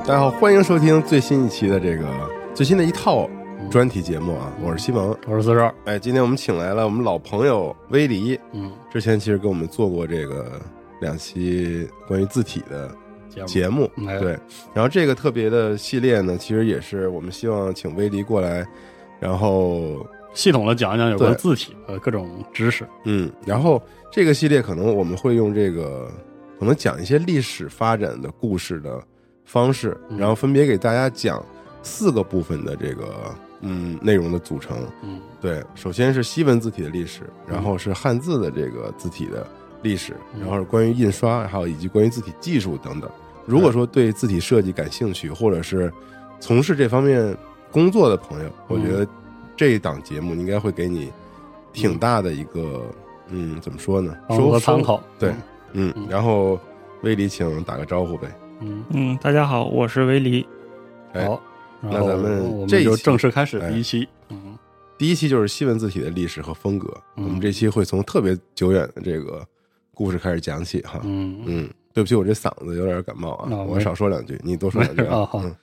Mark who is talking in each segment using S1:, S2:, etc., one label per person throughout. S1: 大家好，欢迎收听最新一期的这个最新的一套专题节目啊，我是西蒙。
S2: 我是四十二，
S1: 哎，今天我们请来了我们老朋友威黎，
S2: 嗯，
S1: 之前其实跟我们做过这个两期关于字体的
S2: 节目
S1: 节目，
S2: 哎
S1: 对。然后这个特别的系列呢，其实也是我们希望请威黎过来，然后
S2: 系统的讲一讲有关
S1: 对
S2: 字体呃的各种知识，
S1: 嗯，然后这个系列可能我们会用这个，可能讲一些历史发展的故事的方式，
S2: 嗯
S1: 然后分别给大家讲四个部分的这个嗯内容的组成。
S2: 嗯，
S1: 对，首先是西文字体的历史，然后是汉字的这个字体的历史，
S2: 嗯
S1: 然后是关于印刷，还有以及关于字体技术等等。如
S2: 嗯
S1: 果说对字体设计感兴趣，或者是从事这方面工作的朋友，我觉
S2: 嗯
S1: 得这一档节目应该会给你挺大的一个，嗯，怎么说呢？
S2: 帮
S1: 收
S2: 助参，考，
S1: 对，嗯。然后威里，请打个招呼呗。
S2: 嗯，
S3: 嗯，大家好，我是维黎。
S1: 哎
S2: 好，然
S1: 那
S2: 后
S1: 咱们
S2: 我们
S1: 这一
S2: 就
S1: 期
S2: 正式开始
S1: 哎
S2: 第一期，嗯，
S1: 第一期就是西文字体的历史和风格，
S2: 嗯
S1: 我们这期会从特别久远的这个故事开始讲起哈。
S2: 嗯，
S1: 嗯，对不起，我这嗓子有点感冒啊，
S2: 啊没
S1: 我少说两句，你多说两 句
S2: 没事
S3: 哦
S2: 啊好
S1: 嗯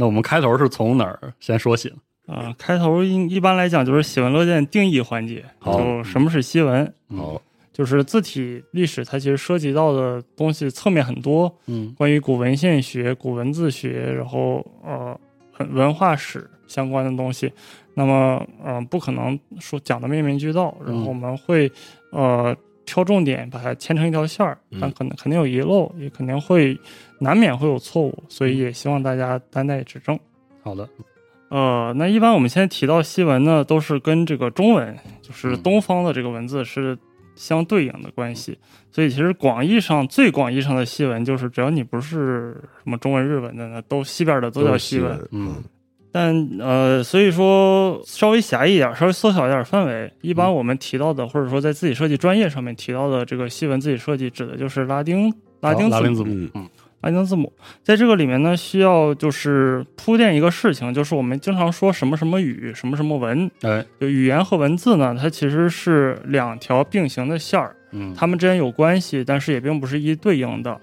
S2: 那我们开头是从哪儿先说起呢？
S3: 啊，开头一一般来讲就是写文论剑定义环节，
S1: 好
S3: 就什么是西文，
S2: 嗯
S1: 好，
S3: 就是字体历史，它其实涉及到的东西侧面很多，
S2: 嗯
S3: 关于古文献学、古文字学，然后呃文文化史相关的东西。那么呃，不可能说讲的面面
S1: 嗯
S3: 俱到，然后我们会呃挑重点把它牵成一条线儿
S1: 嗯，
S3: 但可能肯定有遗漏，也肯定会难免会有错误，所
S1: 嗯
S3: 以也希望大家担待指正。
S2: 好的，
S3: 呃，那一般我们现在提到西文呢，都是跟这个中文，就是东方的这个文字是相对应的关系。所以其实广义上最广义上的西文，就是只要你不是什么中文、日文的呢，都西边的都叫
S1: 是
S3: 西文。
S1: 文，
S2: 嗯
S3: 但呃，所以说稍微狭义一点，稍微缩小一点范围，一般我们提到的，或者说在字体设计专业上面提到的这个西文字体设计，指的就是拉丁啊拉丁
S2: 好拉丁字
S3: 字母
S2: 母
S1: 嗯，
S2: 嗯
S3: 拉丁字母，在这个里面呢，需要就是铺垫一个事情，就是我们经常说什么什么语、什么什么文，
S2: 哎，
S3: 就语言和文字呢，它其实是两条并行的线儿，
S2: 嗯，
S3: 它们之间有关系，但是也并不是一对应的。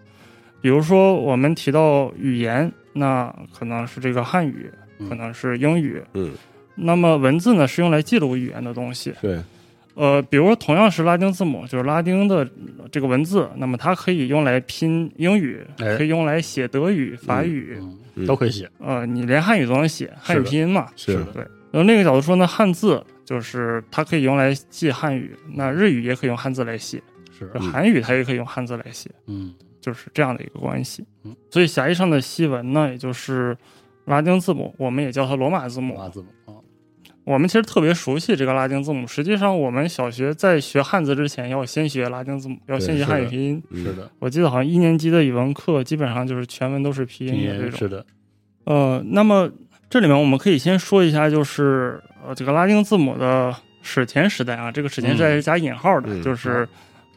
S3: 比如说，我们提到语言，那可能是这个汉语，
S2: 嗯
S3: 可能是英语，
S1: 嗯，
S3: 那么文字呢是用来记录语言的东西，
S1: 对，
S3: 呃，比如说同样是拉丁字母，就是拉丁的这个文字，那么它可以用来拼英语，
S2: 哎
S3: 可以用来写德语、法语，
S2: 嗯都可以写，
S3: 呃，你连汉语都能写，汉语拼音嘛。
S1: 是
S2: 的
S1: 的，
S3: 对。然后另一个角度说呢，汉字就是它可以用来记汉语，那日语也可以用汉字来写，
S2: 是，
S3: 韩语它也可以用汉字来写，
S2: 嗯
S3: 就是这样的一个关系
S2: 嗯。
S3: 所以狭义上的西文呢，也就是拉丁字母，我们也叫它罗马字母。
S2: 拉字母啊，
S3: 我们其实特别熟悉这个拉丁字母。实际上，我们小学在学汉字之前，要先学拉丁字母，要先学汉语拼音。
S1: 嗯
S2: 是，的，
S3: 我记得好像一年级的语文课基本上就是全文都是拼
S2: 拼
S3: 音的这
S2: 音
S3: 种。
S2: 是的，
S3: 呃，那么这里面我们可以先说一下，就是呃这个拉丁字母的史前时代啊，这个史前时代是加引号的，
S1: 嗯
S3: 就是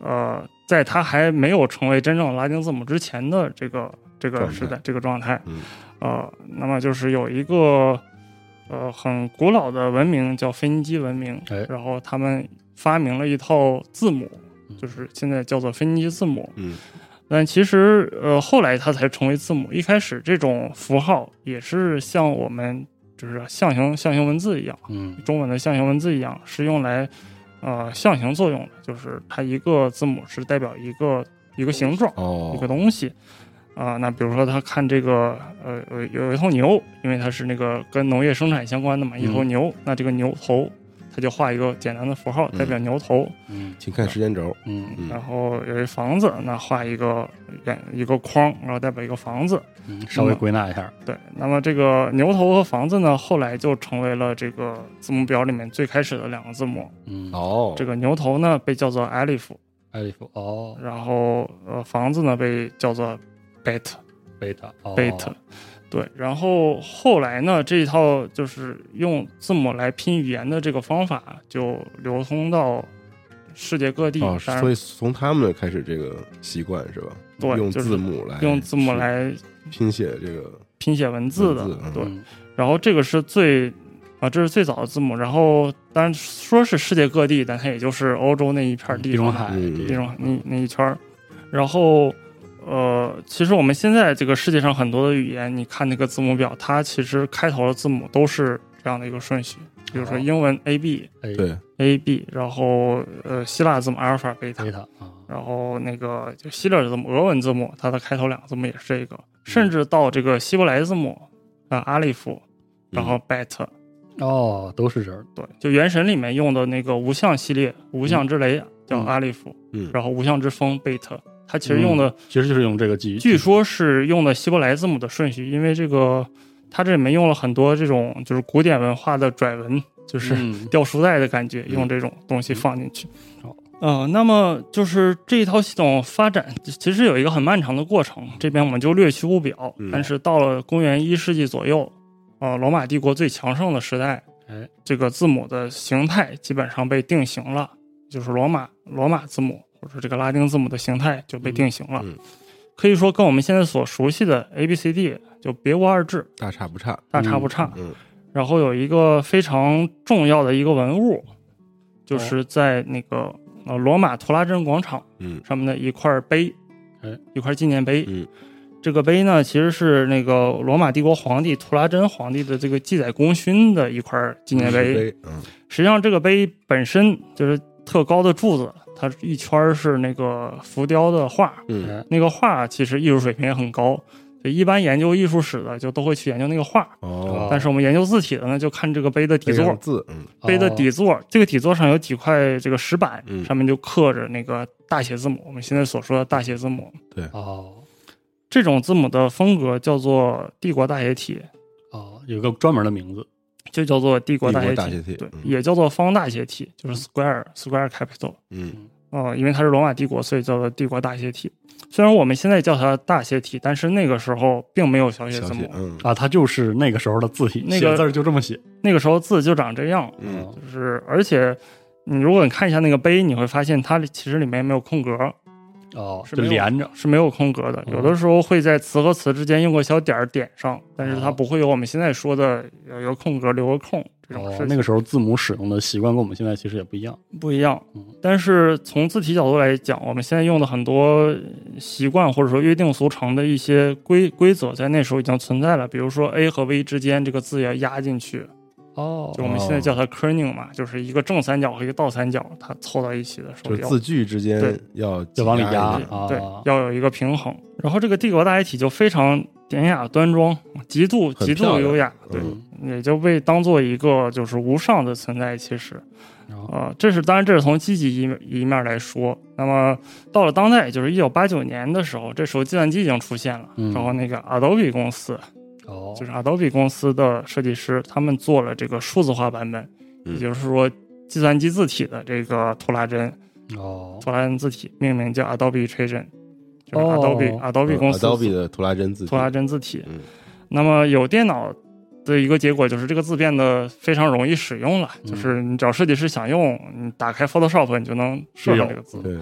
S3: 呃在它还没有成为真正拉丁字母之前的这个这
S1: 状
S3: 个
S1: 态
S3: 时代这个状态。
S1: 嗯
S3: 呃，那么就是有一个呃很古老的文明叫腓尼基文明，
S2: 哎
S3: 然后他们发明了一套字母
S2: 嗯，
S3: 就是现在叫做腓尼基字母。
S1: 嗯
S3: 但其实呃后来它才成为字母，一开始这种符号也是像我们就是象形象形文字一样，
S2: 嗯
S3: 中文的象形文字一样，是用来呃象形作用的，就是它一个字母是代表一个一个形状。
S1: 哦
S3: 一个东西啊、那比如说他看这个呃有有一头牛，因为它是那个跟农业生产相关的嘛，一头
S2: 嗯
S3: 牛，那这个牛头他就画一个简单的符号
S1: 嗯
S3: 代表牛头，
S2: 嗯
S1: 请看时间轴，
S2: 嗯
S1: 嗯
S3: 然后有一房子，那画一个圆一个框，然后代表一个房子。
S2: 嗯，稍微归纳一下，
S3: 对，那么这个牛头和房子呢，后来就成为了这个字母表里面最开始的两个字母。
S2: 嗯，
S1: 哦
S3: 这
S1: 个
S3: 个牛头呢被叫做 alif，
S2: 艾利夫哦，
S3: 然后呃房子呢被叫做 bet。
S2: 贝塔，
S1: 哦
S2: 哦
S3: 贝塔，对，然后后来呢，这一套就是用字母来拼语言的这个方法就流通到世界各地，
S1: 哦，
S3: 当
S1: 所
S3: 然
S1: 以从他们开始这个习惯是吧？
S3: 对
S1: 用
S3: 就是
S1: 字母来
S3: 用字母来
S1: 拼写这个，
S3: 拼写文字的，
S1: 文字嗯
S3: 对。
S2: 嗯
S3: 然后这个是最啊，这是最早的字母。然后当然说是世界各地，但它也就是欧洲那一片地
S2: 地中
S3: 方
S2: 海，
S1: 嗯
S3: 地中海那那一圈儿。然后呃，其实我们现在这个世界上很多的语言，你看那个字母表，它其实开头的字母都是这样的一个顺序，比如说
S2: 哦
S3: 英文 A B
S2: 哎，
S1: 对嗯
S3: A B，然后呃希腊字母阿尔法贝塔
S2: 贝，塔啊，
S3: 然后那个就希腊字母、俄文字母，它的开头两个字母也是这
S1: 嗯
S3: 个，甚至到这个希伯来字母啊、阿利夫，然
S1: 嗯
S3: 后 bet，、
S2: 哦，都是人，
S3: 对，就《原神》里面用的那个无相系列，无相之雷啊叫阿利夫，
S1: 嗯
S3: 然后无相之风贝特，它其实用的、
S2: 其实就是用这个记忆。
S3: 据说是用的希伯来字母的顺序，因为这个它这里面用了很多这种就是古典文化的拽文，就是
S2: 嗯
S3: 掉书袋的感觉，
S1: 嗯
S3: 用这种东西放进去。
S2: 好
S3: 呃，那么就是这一套系统发展，其实有一个很漫长的过程，这边我们就略去不表。
S1: 嗯
S3: 但是到了公元一世纪左右，呃，罗马帝国最强盛的时代，
S2: 哎，
S3: 这个字母的形态基本上被定型了，就是罗马罗马字母或者这个拉丁字母的形态就被定型了。
S1: 嗯嗯
S3: 可以说跟我们现在所熟悉的 A B C D 就别无二致，
S1: 大差不差，
S3: 大差不差。
S1: 嗯
S3: 然后有一个非常重要的一个文物，就是在那个呃罗马图拉镇广场
S1: 嗯
S3: 上面的一块碑
S2: 哎，
S3: 一块纪念碑。
S1: 嗯
S3: 这个碑呢，其实是那个罗马帝国皇帝图拉真皇帝的这个记载功勋的一块纪念
S1: 石
S3: 碑。
S1: 碑，嗯
S3: 实际上，这个碑本身就是特高的柱子，它一圈儿是那个浮雕的画，
S1: 嗯
S2: 哎
S3: 那个画其实艺术水平也很高。就一般研究艺术史的，就都会去研究那个画，
S1: 哦，
S3: 但是我们研究字体的呢，就看这个碑的底座
S1: 那个，字，嗯
S3: 碑的
S2: 哦
S3: 底座，这个底座上有几块这个石板，
S1: 嗯
S3: 上面就刻着那个大写字母，我们现在所说的大写字母。
S2: 哦
S3: 这种字母的风格叫做帝国大写体，
S2: 哦，有个专门的名字。
S3: 就叫做帝国大写
S1: 帝国大写体
S3: 对
S1: 嗯，
S3: 也叫做方大写体，就是 square square capital。
S1: 嗯
S3: 哦、因为它是罗马帝国，所以叫做帝国大写体。虽然我们现在叫它大写体，但是那个时候并没有小写
S1: 小
S3: 字母
S1: 写，，嗯
S2: 啊，它就是那个时候的字体，
S3: 那
S2: 写
S3: 个
S2: 字儿就这么写。
S3: 那个时候字就长这样。
S1: 嗯
S2: 哦
S3: 就是，而且你如果你看一下那个碑，你会发现它其实里面没有空格，
S2: 哦，
S3: 是
S2: 就
S3: 没有
S2: 连着。
S3: 是没有空格的，
S2: 嗯
S3: 有的时候会在词和词之间用个小点儿点上，但是它
S2: 哦
S3: 不会有我们现在说的有个空格留个空这种
S2: 哦
S3: 事，
S2: 那
S3: 情，
S2: 个时候字母使用的习惯跟我们现在其实也不一样。
S3: 不一样
S2: 嗯。
S3: 但是从字体角度来讲，我们现在用的很多习惯或者说约定俗成的一些规规则，在那时候已经存在了。比如说 A 和 V 之间这个字要压进去，
S2: 哦
S3: 就我们现在叫它 kerning 嘛，就是一个正三角和一个倒三角，它凑到一起的时
S1: 就
S3: 候
S1: 是
S3: 要
S1: 字句之间
S3: 对
S1: 要
S2: 就往里
S1: 挤
S2: 压
S1: 一点
S2: 啊
S3: 对，要有一个平衡。然后这个帝国大一体就非常典雅端庄，极度
S1: 很
S3: 极度
S1: 漂亮
S3: 优雅，对，
S1: 嗯
S3: 也就被当做一个就是无上的存在。其实，
S1: 嗯
S2: 然后
S3: 啊，这是当然，这是从积极一面一面来说。那么到了当代，也就是一九八九年的时候，这时候计算机已经出现了，
S2: 嗯
S3: 然后那个 Adobe 公司，
S2: 哦，
S3: 就是 Adobe 公司的设计师，他们做了这个数字化版本，
S1: 嗯
S3: 也就是说。计算机字体的这个图拉真，
S2: 哦
S3: 图拉真字体命名叫 Adobe Trajan，就是
S2: 哦
S3: Adobe、Adobe 公司
S1: 嗯啊 Adobe 的图拉真字体
S3: 图拉真字体。
S1: 嗯
S3: 那么有电脑的一个结果就是这个字变得非常容易使用了，
S2: 嗯
S3: 就是你只要设计师想用，你打开 Photoshop 你就能设
S2: 是有
S3: 上这个字，
S1: 对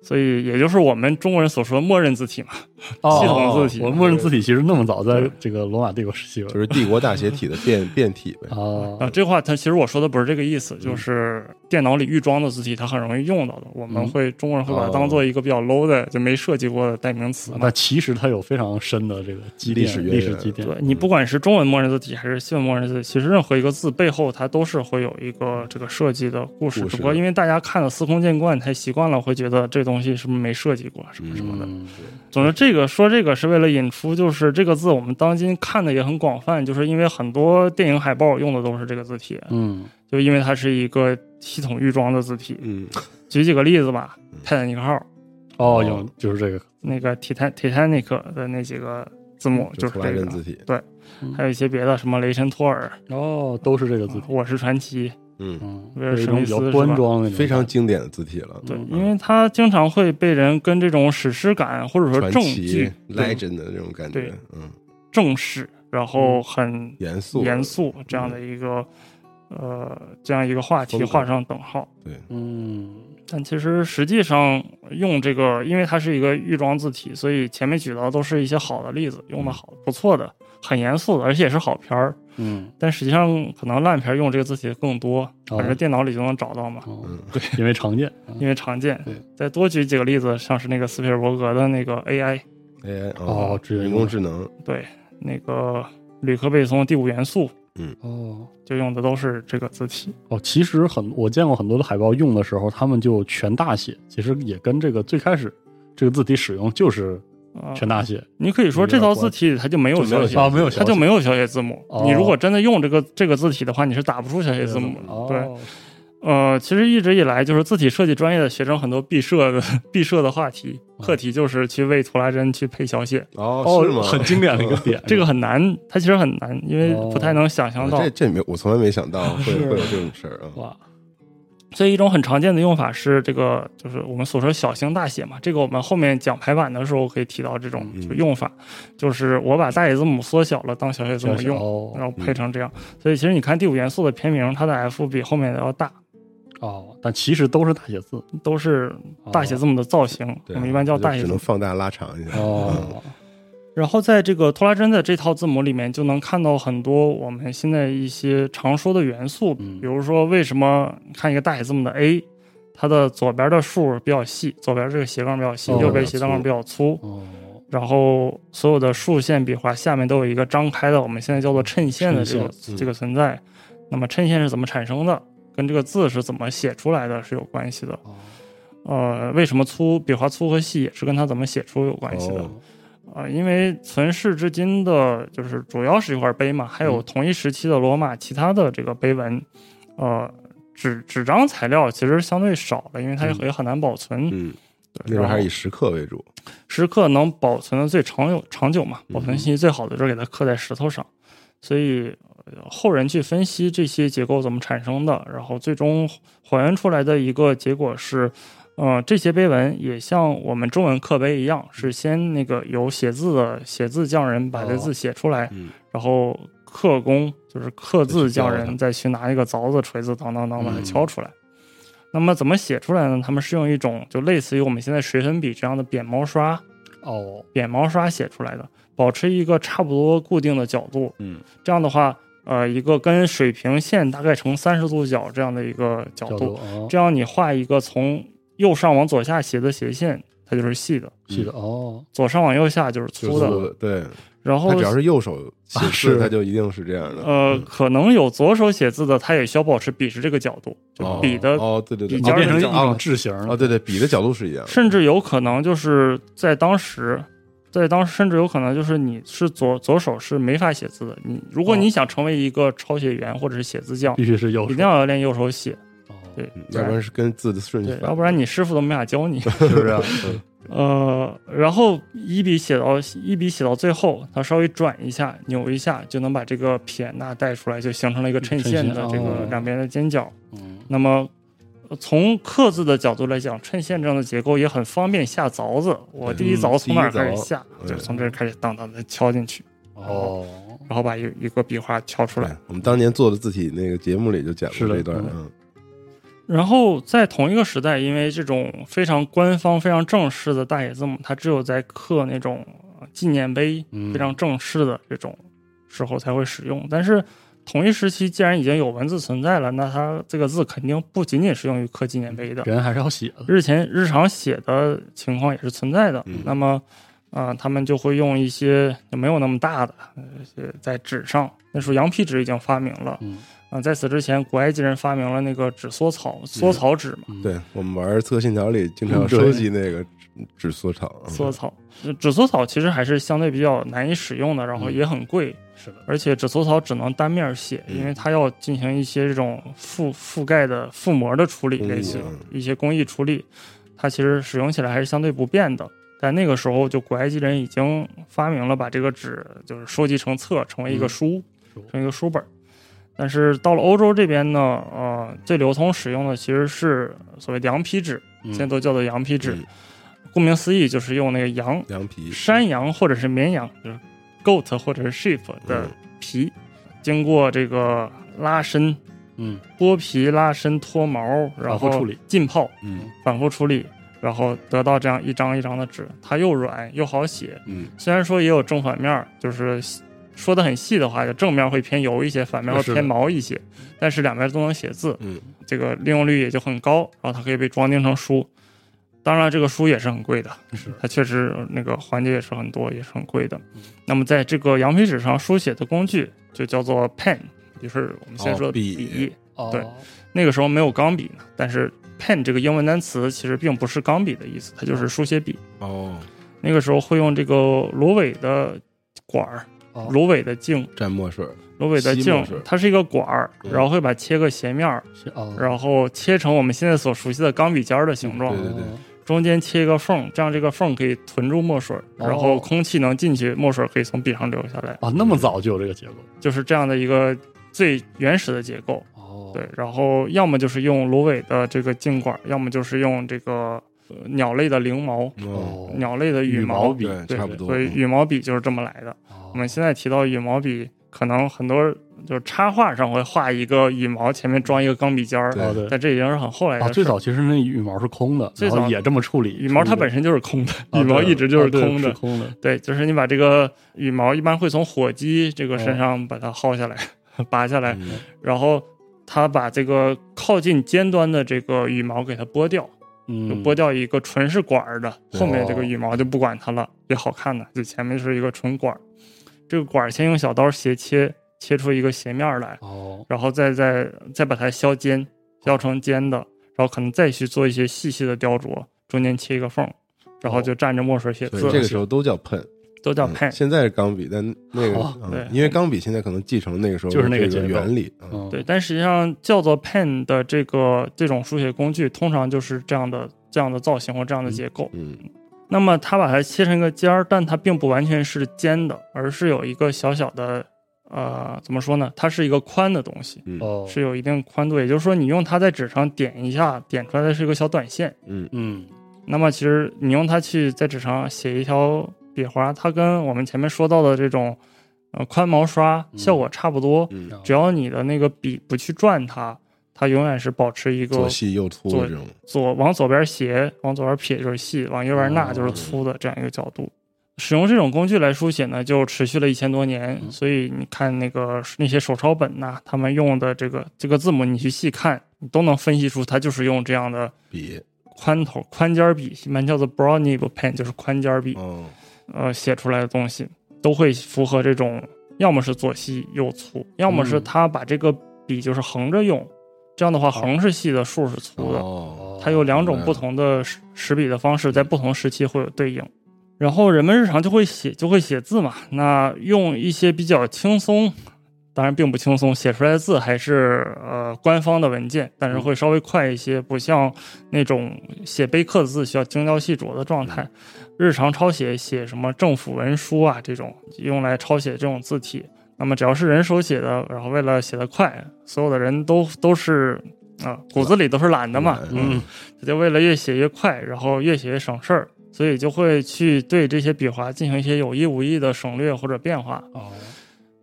S3: 所以也就是我们中国人所说的默认字体嘛。系统字体
S2: 哦我默认字体其实那么早在
S3: 对
S2: 这个罗马帝国时期了
S1: 就是帝国大写体的变变体呗。
S2: 啊
S3: 啊，这话它其实我说的不是这个意思，就是电脑里预装的字体它很容易用到的，我们
S2: 嗯
S3: 会中国人会把它
S1: 哦
S3: 当做一个比较 low 的就没设计过的代名词
S2: 啊
S3: 嘛。
S2: 但其实它有非常深的这个积淀
S1: 历史渊
S2: 历
S1: 源
S2: 史积淀。
S3: 对你不管是中文默认字体还是西文默认字体，其实任何一个字背后它都是会有一个这个设计的故事，
S1: 故事
S3: 只不过因为大家看的司空见惯，太习惯了，会觉得这东西是不是没设计过啊什么什么的。
S2: 嗯，
S3: 总之，这个说这个是为了引出，就是这个字我们当今看的也很广泛，就是因为很多电影海报用的都是这个字体，
S2: 嗯，
S3: 就因为它是一个系统预装的字体。
S1: 嗯，
S3: 举几个例子吧
S1: 嗯，
S3: 泰坦尼克号
S2: 哦，有就是这个
S3: 那个 Titan Titanic 的那几个字母嗯
S1: 嗯就
S3: 就
S1: 是图拉
S3: 这
S1: 真
S3: 个。啊
S1: 字体，
S3: 还有一些别的，什么雷神托尔，
S2: 哦，都是这个字
S3: 啊
S2: 体。
S3: 我是传奇，
S1: 嗯，
S2: 嗯，
S3: 威尔
S2: 是一
S3: 史
S2: 种
S3: 密
S2: 比较
S3: 斯是
S2: 端
S3: 吧
S2: 庄的那种感觉，
S1: 非常经典的字体了。
S3: 对，
S2: 嗯
S3: 因为它经常会被人跟这种史诗感或者说
S1: 传
S3: 证
S1: 奇
S3: 据、对
S1: legend 的那种感
S3: 对
S1: 觉，嗯，
S3: 正史，然后很
S1: 严肃，嗯
S3: 严，肃这样的一个呃这样一个话题
S1: 风格
S3: 画上等号。
S2: 嗯，
S3: 但其实实际上用这个，因为它是一个预装字体，所以前面举到都是一些好的例子，用
S1: 嗯
S3: 的好、不错的、很严肃的，而且也是好片儿。
S2: 嗯，
S3: 但实际上可能烂片儿用这个字体的更多，
S2: 哦
S3: 反正电脑里就能找到嘛。
S2: 哦
S1: 嗯，
S2: 对，因为常见，
S3: 因为常见
S2: 对。
S3: 再多举几个例子，像是那个斯皮尔伯格的那个 AI，
S1: AI
S2: 哦智能
S1: 哎人工智能，
S3: 对，那个吕克贝松《第五元素》
S2: 哦
S3: 就用的都是这个字体。
S2: 哦，其实很我见过很多的海报用的时候，他们就全大写，其实也跟这个最开始这个字体使用就是
S3: 啊、
S2: 全大写
S3: 你可以说这套字体里它就没有
S1: 就没有小
S3: 小写，
S1: 啊没有
S3: 它就没有小写字母。
S2: 哦
S3: 你如果真的用这个这个字体的话，你是打不出小写字母的。对，
S2: 哦
S3: 呃，其实一直以来就是字体设计专业的学生很多毕设的毕设的话题课题就是去为图拉针去配小写，
S1: 哦是
S2: 哦，
S1: 吗？
S2: 很经典的一个 点，
S3: 这个很难，它其实很难，因为
S2: 哦
S3: 不太能想象到。
S1: 哎这这没 我从来没想到会
S2: 是
S1: 会有这种事儿啊。
S2: 哇，
S3: 所以一种很常见的用法是这个，就是我们所说小型大写嘛。这个我们后面讲排版的时候可以提到这种
S1: 嗯
S3: 就用法，就是我把大写字母缩小了当小写字母用，然
S2: 哦
S3: 后
S1: 嗯
S3: 配成这样。所以其实你看第五元素的片名，它的 F 比后面的要大，
S2: 哦，但其实都是大写字，
S3: 都是
S2: 嗯
S3: 大写字母的造型，
S1: 对
S3: 我们一般叫大
S1: 就
S3: 写
S1: 只
S3: 字
S1: 能
S3: 母。
S1: 放大拉长一下。
S2: 哦，
S3: 然后在这个拖拉针的这套字母里面，就能看到很多我们现在一些常说的元素，
S2: 嗯
S3: 比如说为什么看一个大写字母的 A，它的左边的数比较细，左边这个斜杠比较细，
S2: 哦
S3: 右边斜杠比较粗，
S2: 哦，
S3: 然后所有的竖线笔划下面都有一个张开的，我们现在叫做衬线的这个
S2: 衬
S1: 嗯
S3: 这个存在。那么衬线是怎么产生的？跟这个字是怎么写出来的是有关系的。
S2: 哦
S3: 呃，为什么粗笔划粗和细也是跟它怎么写出有关系的。
S1: 哦
S3: 啊，因为存世至今的，就是主要是一块碑嘛，还
S1: 嗯
S3: 有同一时期的罗马其他的这个碑文，呃，纸纸张材料其实相对少了，因为它也也很难保存。
S1: 嗯，那
S3: 对
S1: 边
S3: 然
S1: 还是
S3: 后
S1: 以石刻为主。
S3: 石刻能保存的最长久长久
S1: 嗯
S3: 嘛，保存信息最好的就是给它刻在石头上，所以呃后人去分析这些结构怎么产生的，然后最终还原出来的一个结果是，呃，这些碑文也像我们中文刻碑一
S1: 嗯
S3: 样，是先那个有写字的写字匠人把这字写出来，
S1: 嗯，
S3: 然后刻工就是刻字匠
S1: 再去雕它
S3: 人再去拿一个凿子、锤子，当当当把它
S1: 嗯
S3: 敲出来。那么怎么写出来呢？他们是用一种就类似于我们现在水粉笔这样的扁毛刷，
S2: 哦，
S3: 扁毛刷写出来的，保持一个差不多固定的角度。
S1: 嗯，
S3: 这样的话，呃，一个跟水平线大概成三十度角这样的一个角
S2: 角
S3: 度，
S2: 度哦，
S3: 这样你画一个从右上往左下斜的斜线，它就是细的；
S2: 是的哦，
S3: 左上往右下就是
S1: 就
S3: 粗
S1: 是
S3: 的。
S1: 做对，
S3: 然后
S1: 他只要是右手写
S2: 啊
S1: 字，
S2: 是
S1: 他就一定是这样的。
S3: 呃，可能有左手写字的，它也需要保持笔是这个角度，
S1: 哦
S3: 就笔的，
S1: 哦，对对对，
S3: 笔
S2: 哦
S3: 尖
S1: 哦
S3: 儿
S2: 变成一
S3: 这
S1: 样
S2: 种制型
S1: 哦，对对，笔的角度是一样的。
S3: 甚至有可能就是在当时。在当时，甚至有可能就是你是左左手是没法写字的。你如果
S2: 哦
S3: 你想成为一个抄写员或者是写字匠，
S2: 必须是右手，
S3: 一定要练右手写，
S2: 哦
S3: 对，
S1: 嗯要不然是跟字的顺序
S3: 对，
S1: 反，
S3: 要不然你师傅都没法教你。
S1: 是 不是啊？嗯
S3: 呃，然后一笔写到一笔写到最后，它稍微转一下、扭一下，就能把这个撇捺带出来，就形成了一个衬线的
S2: 衬
S3: 这
S2: 线
S3: 个
S2: 哦
S3: 两边的尖角。
S2: 嗯
S3: 那么。呃从刻字的角度来讲，衬线这样的结构也很方便下凿子。我第一凿从哪儿开始下，
S1: 嗯第一凿
S3: 就是从这儿开始当当的敲进去，
S2: 哦，
S3: 然后把一一个笔画敲出来
S1: 对。，我们当年做的字体那个节目里就讲过
S2: 是的
S1: 这段，
S3: 嗯
S1: 嗯，
S3: 然后在同一个时代，因为这种非常官方、非常正式的大写字母，它只有在刻那种呃纪念碑、
S2: 嗯
S3: 非常正式的这种时候才会使用。但是同一时期，既然已经有文字存在了，那它这个字肯定不仅仅是用于刻纪念碑的，
S2: 人还是要写的，
S3: 日前日常写的情况也是存在的。
S1: 嗯
S3: 那么，啊、他们就会用一些就没有那么大的，呃在纸上。那时候羊皮纸已经发明了，
S2: 嗯
S3: 啊，在此之前，古埃及人发明了那个纸缩草，缩草纸嘛，
S2: 嗯
S1: 对我们玩刺客信条里经常要
S2: 嗯对
S1: 收集那个纸纸缩草，嗯
S3: 缩草。呃纸缩草其实还是相对比较难以使用的，然后
S2: 嗯
S3: 也很贵，
S2: 是的，
S3: 而且纸缩草只能单面写，
S1: 嗯
S3: 因为它要进行一些这种覆覆盖的覆膜的处理，
S1: 工艺
S3: 类似
S1: 嗯
S3: 一些工艺处理，它其实使用起来还是相对不便的。但那个时候，就古埃及人已经发明了把这个纸就是收集成册，成为一个
S2: 嗯
S3: 书，
S2: 书
S3: 成为一个书本儿。但是到了欧洲这边呢，呃，最流通使用的其实是所谓的羊皮纸，
S2: 嗯
S3: 现在都叫做羊皮纸。
S1: 嗯
S3: 顾名思义，就是用那个羊、
S1: 羊皮
S3: 山羊或者是绵羊，就是 goat 或者是 sheep 的皮，经过这个拉伸、
S2: 嗯，
S3: 剥皮、拉伸、脱毛，然
S2: 反复
S3: 后
S2: 处理，
S3: 浸泡、
S1: 嗯
S3: 反复处理，然后得到这样一张一张的纸，它又软又好写。
S1: 嗯，
S3: 虽然说也有正反面儿，就是说的很细的话，就正面会偏油一些，反面会
S2: 是的
S3: 偏毛一些，但是两边都能写字，
S1: 嗯，
S3: 这个利用率也就很高，然后它可以被装订成书。当然，这个书也是很贵的，
S2: 是
S3: 它确实那个环节也是很多，也是很贵的。那么在这个羊皮纸上书写的工具就叫做 pen，就是我们现在说的
S1: 哦笔
S2: 哦
S3: 对那个时候没有钢笔呢，但是 pen 这个英文单词其实并不是钢笔的意思，它
S1: 嗯
S3: 就是书写笔。
S1: 哦，
S3: 那个时候会用这个芦苇的管儿
S2: 哦，
S3: 芦苇的茎，
S1: 蘸墨水，
S3: 芦苇的
S1: 吸墨
S3: 茎
S1: 水，
S3: 它是一个管儿，
S1: 嗯
S3: 然后会把切个斜面儿，
S2: 是哦，
S3: 然后切成我们现在所熟悉的钢笔尖儿的形状
S1: 对，对对
S3: 中间切一个缝，这样这个缝可以囤住墨水，
S2: 哦
S3: 然后空气能进去，墨水可以从笔上流下来，
S2: 啊，那么早就有这个结构
S3: 就是这样的一个最原始的结构。
S2: 哦，
S3: 对，然后要么就是用芦苇的这个茎管，要么就是用这个、呃鸟类的翎毛、
S1: 哦，
S2: 哦，
S3: 鸟类的
S2: 羽
S3: 毛
S2: 毛笔
S1: 对，差不多。
S3: 所以
S1: 嗯
S3: 羽毛笔就是这么来的。
S2: 哦
S3: 我们现在提到羽毛笔，可能很多就是插画上会画一个羽毛，前面装一个钢笔尖儿，
S1: 对
S2: 哦对
S3: 但这已经是很后来的事
S2: 啊，
S3: 儿。
S2: 最早其实那羽毛是空的，
S3: 最
S2: 然后
S3: 早
S2: 也这么处理，哦
S3: 羽毛它本
S2: 身
S3: 身就是空的，
S2: 啊
S3: 羽毛一直就是空的。
S2: 空的
S3: 对，就是你把这个羽毛一般会从火鸡这个身上把它薅下来、 拔下来，
S1: 嗯
S3: 然后它把这个靠近尖端的这个羽毛给它剥掉，就
S2: 嗯，
S3: 剥掉一个纯是管儿的，
S1: 对
S3: 后面这个羽毛就不管它了，也好看的，就前面是一个纯管儿。这个管儿先用小刀斜切，切出一个斜面儿来，
S2: 哦
S3: 然后再再再把它削尖，削成尖的，然后可能再去做一些细细的雕琢，中间切一个缝，然后就蘸着墨水写
S1: 哦所
S3: 字，
S1: 以这个时候都叫喷，
S3: 都叫
S1: 嗯
S3: pen。
S1: 现在是钢笔，但那个
S2: 哦
S1: 嗯
S3: 对
S1: 因为钢笔现在可能继承那个时候
S2: 就是那个
S1: 这
S2: 结构
S1: 原理，嗯
S2: 嗯
S3: 对，但实际上叫做 pen 的这个这种书写工具，通常就是这样的这样的造型或这样的结构。
S1: 嗯
S3: 那么它把它切成一个尖儿，但它并不完全是尖的，而是有一个小小的，呃，怎么说呢？它是一个宽的东西，
S1: 嗯
S2: 哦
S3: 是有一定宽度。也就是说，你用它在纸上点一下，点出来的是一个小短线。
S1: 嗯，
S2: 嗯
S3: 那么其实你用它去在纸上写一条笔划，它跟我们前面说到的这种，呃，宽毛刷
S2: 嗯
S3: 效果差不多。
S1: 嗯
S2: 嗯
S3: 只要你的那个笔不去转它，它永远是保持一
S1: 左
S3: 个
S1: 细右粗
S3: 左
S1: 这种，
S3: 左往左边斜，往左边撇就是细，往右边捺就是粗的这样一个角度。使用这种工具来书写呢，就持续了一千多年。
S2: 嗯
S3: 所以你看那个那些手抄本呐、他们用的这个这个字母，你去细看，你都能分析出它就是用这样的
S1: 笔，
S3: 宽头宽尖儿笔，一般叫做 broad nib pen，就是宽尖儿笔，
S1: 哦，
S3: 呃写出来的东西，都会符合这种，要么是左细右粗，要么是他把这个笔就是横着用，这样的话横是细的，竖是粗的，
S1: 哦，
S3: 它有两种不同的识识笔的方式，在不同时期会有对应。然后人们日常就会写，就会写字嘛。那用一些比较轻松，当然并不轻松，写出来的字还是呃官方的文件，但是会稍微快一些，不像那种写碑刻的字需要精雕细琢的状态。日常抄写写什么政府文书啊这种，用来抄写这种字体。那么只要是人手写的，然后为了写得快，所有的人都都是啊、骨子里都是懒的嘛，
S1: 懒
S3: 嗯，他就为了越写越快，然后越写越省事儿，所以就会去对这些笔划进行一些有意无意的省略或者变化。
S2: 哦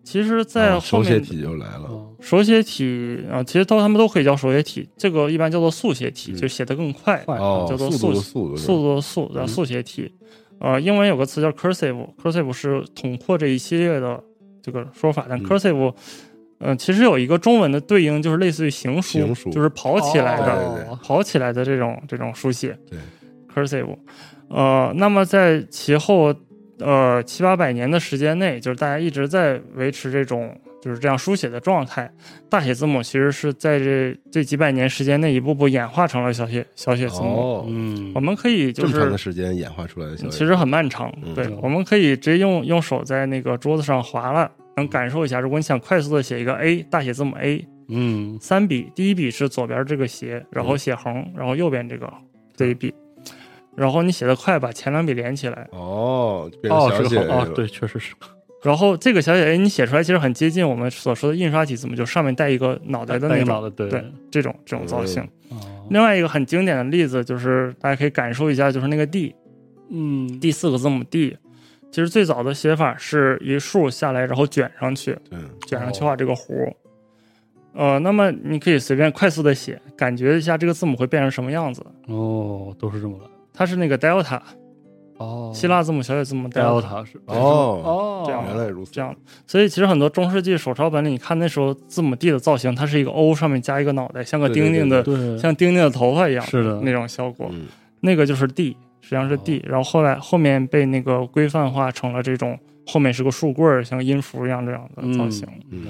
S3: 其实，在
S1: 哦
S3: 后
S1: 手写
S3: 面、
S1: 体就来了，
S2: 哦
S3: 手写体啊、其实都他们都可以叫手写体，这个一般叫做速写体，
S1: 嗯
S3: 就写得更快，
S2: 快
S1: 哦，
S3: 叫做
S1: 速度
S3: 速
S1: 的速度是
S3: 速度的速叫
S1: 嗯
S3: 速写体。呃，英文有个词叫 cursive，cursive 是统括这一系列的这个说法，但
S1: 嗯
S3: cursive，嗯、其实有一个中文的对应，就是类似于行书，
S1: 行书
S3: 就是跑起来的，
S1: 哦对对
S3: 跑起来的这种这种书写，
S1: 对
S3: ，cursive，呃，那么在其后呃七八百年的时间内，就是大家一直在维持这种就是这样书写的状态。大写字母其实是在这这几百年时间内一步步演化成了小写小写字母。
S1: 哦，
S2: 嗯
S3: 我们可以
S1: 这
S3: 就
S1: 么长
S3: 是
S1: 的时间演化出来的小
S3: 嗯
S1: 写，
S3: 其实很漫长，
S1: 嗯
S3: 对
S2: 嗯，
S3: 我们可以直接用用手在那个桌子上划拉，能感受一下。如果你想快速的写一个 A 大写字母 A，
S2: 嗯
S3: 三笔，第一笔是左边这个斜，然后写横，然后右边这个这一笔，然后你写的快，把前两笔连起来，
S1: 哦，变成
S2: 哦
S1: 小
S2: 是
S1: 写
S2: 个
S1: 了
S2: 哦对确实是
S3: 然后这个小写 a 你写出来其实很接近我们所说的印刷体字母，就上面带一个脑袋的那
S2: 带脑
S3: 种，
S2: 的对
S3: 对这种这种造型。
S2: 哦
S3: 另外一个很经典的例子就是大家可以感受一下，就是那个 D，
S2: 嗯
S3: 第四个字母 D，其实最早的写法是一竖下来，然后卷上去，
S1: 对，
S3: 卷上去画这个弧。呃，那么你可以随便快速的写，感觉一下这个字母会变成什么样子。
S2: 哦都是这么来
S3: 它是那个 delta，
S2: 哦
S3: 希腊字母小写字母
S1: 啊
S3: delta，
S2: delta 是
S1: 哦，
S2: 哦
S3: 这样
S1: 原来如此
S3: 这，样。所以其实很多中世纪手抄本里，你看那时候字母 D 的造型，它是一个 O 上面加一个脑袋，像个
S1: 对对
S3: 钉钉
S1: 对
S3: 的，
S2: 哦对
S3: 像钉钉的头发一样，
S2: 是的
S3: 那种效果。
S1: 嗯，哦
S3: 那个就是 D，实际上是 D，、然后后来后面被那个规范化成了这种后面是个竖棍儿，像音符一样这样的造型。
S1: 嗯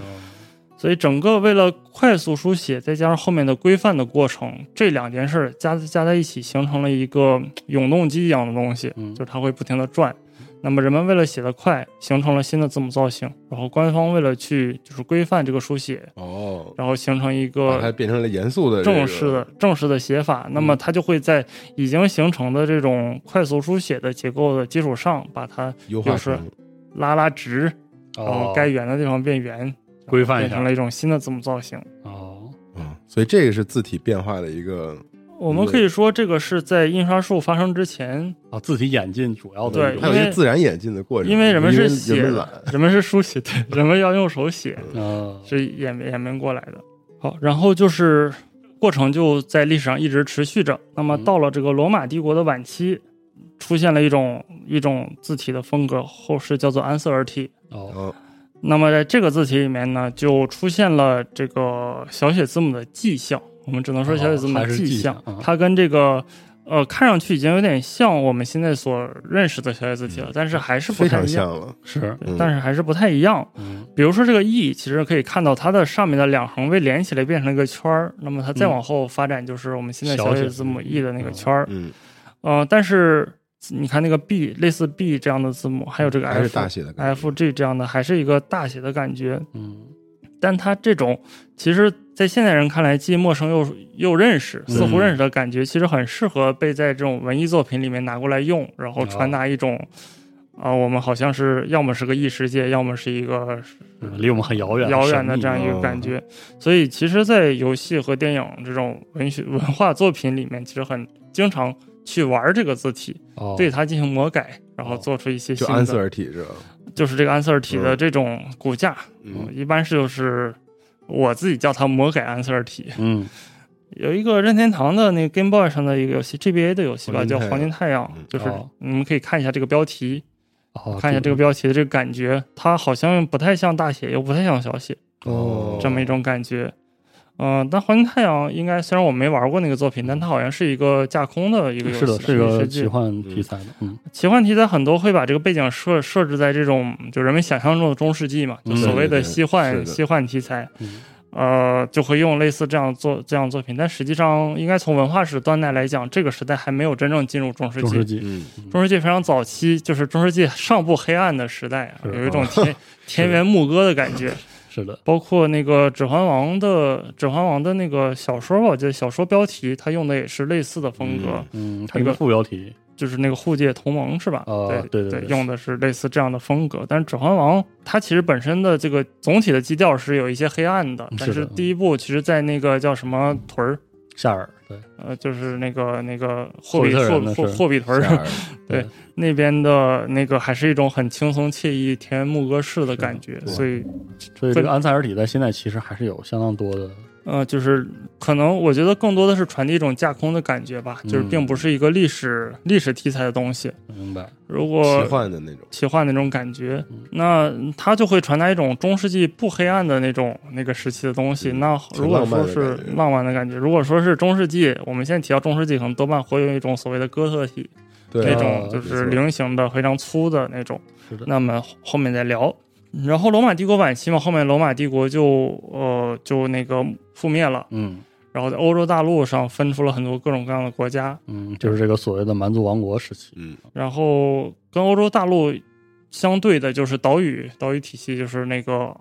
S3: 所以整个为了快速书写，再加上后面的规范的过程，这两件事儿加加在一起，形成了一个永动机一样的东西，
S2: 嗯
S3: 就是它会不停地转。那么人们为了写得快，形成了新的字母造型，然后官方为了去就是规范这个书写，
S1: 哦，
S3: 然后形成一
S1: 把它
S3: 个
S1: 变成了严肃的这个
S3: 正式的正式的写法，那么它就会在已经形成的这种快速书写的结构的基础上，把它
S1: 优化成
S3: 就是拉拉直，然后
S2: 哦，
S3: 该圆的地方变圆，
S2: 规范一
S3: 变成
S2: 下
S3: 了一种新的字母造型。
S2: 哦，
S1: 啊，所以这个是字体变化的一个
S3: 我们可以说，这个是在印刷术发生之前，
S2: 啊，字体演进主要的
S3: 哦对
S2: 一
S1: 还有
S2: 个
S1: 一
S3: 因
S1: 个
S3: 为
S1: 自然演进的过程，
S3: 因为人们是
S1: 人
S3: 写
S1: 们
S3: 的
S1: 懒，
S3: 人们是书写，对，人们要用手写，
S2: 呃
S3: 是演演变过来的。哦好，然后就是过程就在历史上一直持续着。那么
S2: 嗯
S3: 到了这个罗马帝国的晚期，出现了一种一种字体的风格，后世叫做安瑟尔体。
S2: 哦
S1: 哦，
S3: 那么在这个字体里面呢，就出现了这个小写字母的迹象，我们只能说小写字母
S2: 哦还
S3: 的
S2: 是
S3: 迹
S2: 迹
S3: 象，啊
S2: 象嗯
S3: 它跟这个。呃，看上去已经有点像我们现在所认识的小写字体了，但是还是不
S1: 非
S3: 太
S1: 常
S3: 一样。
S1: 像了，
S2: 是
S3: 对
S1: 嗯
S3: 但是还是不太一样。
S2: 嗯
S3: 比如说这个 e，其实可以看到它的上面的两横被连起来变成了一个圈儿，那么它再
S2: 嗯
S3: 往后发展就是我们现在
S2: 小
S3: 小
S2: 写
S3: 写
S2: 字
S3: 字
S2: 母
S3: 母 e 的那个圈儿。
S1: 嗯，
S3: 呃，但是你看那个 b，类似 b 这样的字母，还有这个
S1: 还是
S3: f
S1: 大写的感觉
S3: f g 这样的，还是一个大写的感觉。
S2: 嗯
S3: 但它这种其实，在现代人看来既陌生又又认识，
S2: 嗯
S3: 似乎认识的感觉，其实很适合被在这种文艺作品里面拿过来用，然后传达一种，啊、我们好像是要么是个异世界，要么是一个
S2: 嗯离我们很遥远
S3: 遥远的
S2: 神秘啊
S3: 这样一个
S1: 哦
S3: 感觉。所以，其实，在游戏和电影这种文学文化作品里面，其实很经常去玩这个字体，
S2: 哦
S3: 对它进行魔改，然后
S2: 哦
S3: 做出一些
S1: 就
S3: 新
S1: 安瑟
S3: 的，哦
S1: 尔体是吧？
S3: 就是这个安瑟尔体的
S1: 嗯
S3: 这种骨架，
S1: 嗯
S3: 一般是就是我自己叫它魔改安瑟尔体。
S2: 嗯
S3: 有一个任天堂的那个 Game Boy 上的一个游戏 GBA 的游戏吧，
S1: 黄金太
S3: 叫《
S1: 阳
S3: 黄金太阳
S1: 嗯》，啊
S3: 就是
S2: 哦
S3: 你们可以看一下这个标题，
S2: 哦
S3: 看一下这个标题的这个感觉，它好像不太像大写，又不太像小写，
S1: 哦
S3: 这么一种感觉。嗯、但《黄金太阳》应该虽然我没玩过那个作品，但它好像是一个架空的一个游戏，
S2: 是的，是个
S3: 设
S2: 奇
S3: 计。
S2: 幻题材的，嗯
S3: 奇幻题材很多会把这个背景设设置在这种就人们想象中的中世纪嘛，就
S2: 嗯
S3: 所
S1: 对对
S3: 谓的
S1: 对
S3: 西幻、
S1: 是的
S3: 西幻题材。
S2: 嗯
S3: 呃，就会用类似这样作这样作品，但实际上应该从文化史端来来讲，这个时代还没有真正进入中世纪。
S2: 中世纪
S1: 嗯，
S3: 中世纪非常早期，就是中世纪上部黑暗的时代啊，
S2: 是
S3: 有一种田田园牧歌的感觉。
S2: 是的，
S3: 包括那个《指环王》的《指环王》的那个小说吧，我记得小说标题它用的也是类似的风格，
S1: 嗯
S2: 嗯，它一个副标题
S3: 就是那个护界同盟是吧？
S2: 啊
S3: 对
S2: 对对对
S3: 用的是类似这样的风格。但是《指环王》它其实本身的这个总体的基调是有一些黑暗的，
S2: 嗯
S3: 但
S2: 是
S3: 是
S2: 的
S3: 第一部其实，在那个叫什么屯儿，
S2: 夏尔，对，
S3: 呃，就是那个那个
S2: 霍
S3: 霍
S2: 比
S3: 比
S2: 特
S3: 霍
S2: 人的
S3: 霍
S2: 是
S3: 霍比屯
S1: 夏
S3: 儿
S1: 尔
S3: 那边的那个，还是一种很轻松惬意、田园牧歌式的感觉。
S2: 是的
S3: 所以，
S2: 所以这
S3: 分
S2: 个安塞尔体在现在其实还是有相当多的，
S3: 呃，就是可能我觉得更多的是传递一种架空的感觉吧，就是
S2: 嗯
S3: 并不是一个历史历史题材的东西。
S2: 明白，
S3: 如果
S1: 奇幻的那种，
S3: 奇幻那种感觉
S2: 嗯，
S3: 那它就会传达一种中世纪不黑暗的那种那个时期的东西。
S1: 嗯
S3: 那
S1: 挺
S3: 如果
S1: 浪漫
S3: 说
S1: 的
S3: 是
S1: 感觉
S3: 浪漫的感觉，如果说是中世纪，我们现在提到中世纪，可能多半会有一种所谓的哥特体
S1: 对
S3: 那
S1: 啊
S3: 种，就
S1: 没
S3: 是
S1: 错
S3: 菱形的、非常粗的那种。
S2: 是的，
S3: 那么后面再聊。然后罗马帝国晚期嘛，后面罗马帝国就呃就那个覆灭了，
S2: 嗯
S3: 然后在欧洲大陆上分出了很多各种各样的国家，
S2: 嗯，就是这个所谓的蛮族王国时期，
S1: 嗯，
S3: 然后跟欧洲大陆相对的就是岛屿，岛屿体系就是那个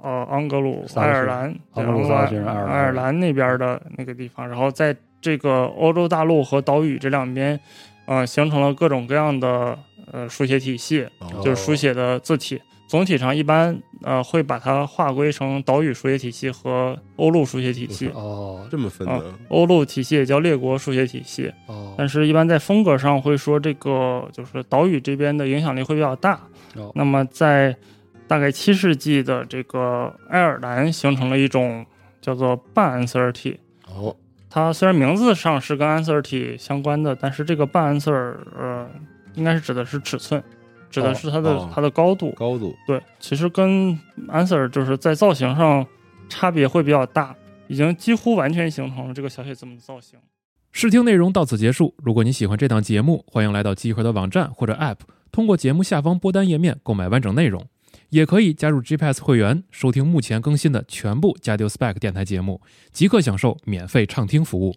S3: 呃盎格鲁
S2: 萨克
S3: 爱
S2: 逊
S3: 尔兰，对
S2: 盎格鲁萨克逊爱
S3: 爱
S2: 尔兰
S3: 尔兰那边的那个地方，然后在这个欧洲大陆和岛屿这两边，呃，形成了各种各样的呃书写体系，
S1: 哦
S3: 就是书写的字体。总体上一般呃会把它划归成岛屿书写体系和欧陆书写体系。
S2: 哦
S1: 这么分的，
S3: 欧陆体系也叫列国书写体系，
S2: 哦，
S3: 但是，一般在风格上会说这个就是岛屿这边的影响力会比较大。
S2: 哦
S3: 那么，在大概七世纪的这个爱尔兰形成了一种叫做半安瑟尔体。
S1: 哦，
S3: 它虽然名字上是跟安瑟尔体相关的，但是这个半安瑟尔呃，应该是指的是尺寸，指的是它的、
S1: 哦哦
S3: 它的高度。
S1: 高度，
S3: 对，其实跟安瑟尔就是在造型上差别会比较大，已经几乎完全形成了这个小写字母的造型。
S4: 试听内容到此结束。如果你喜欢这档节目，欢迎来到集合的网站或者 App，通过节目下方播单页面购买完整内容，也可以加入 GPS 会员，收听目前更新的全部加丢 Spec 电台节目，即刻享受免费畅听服务。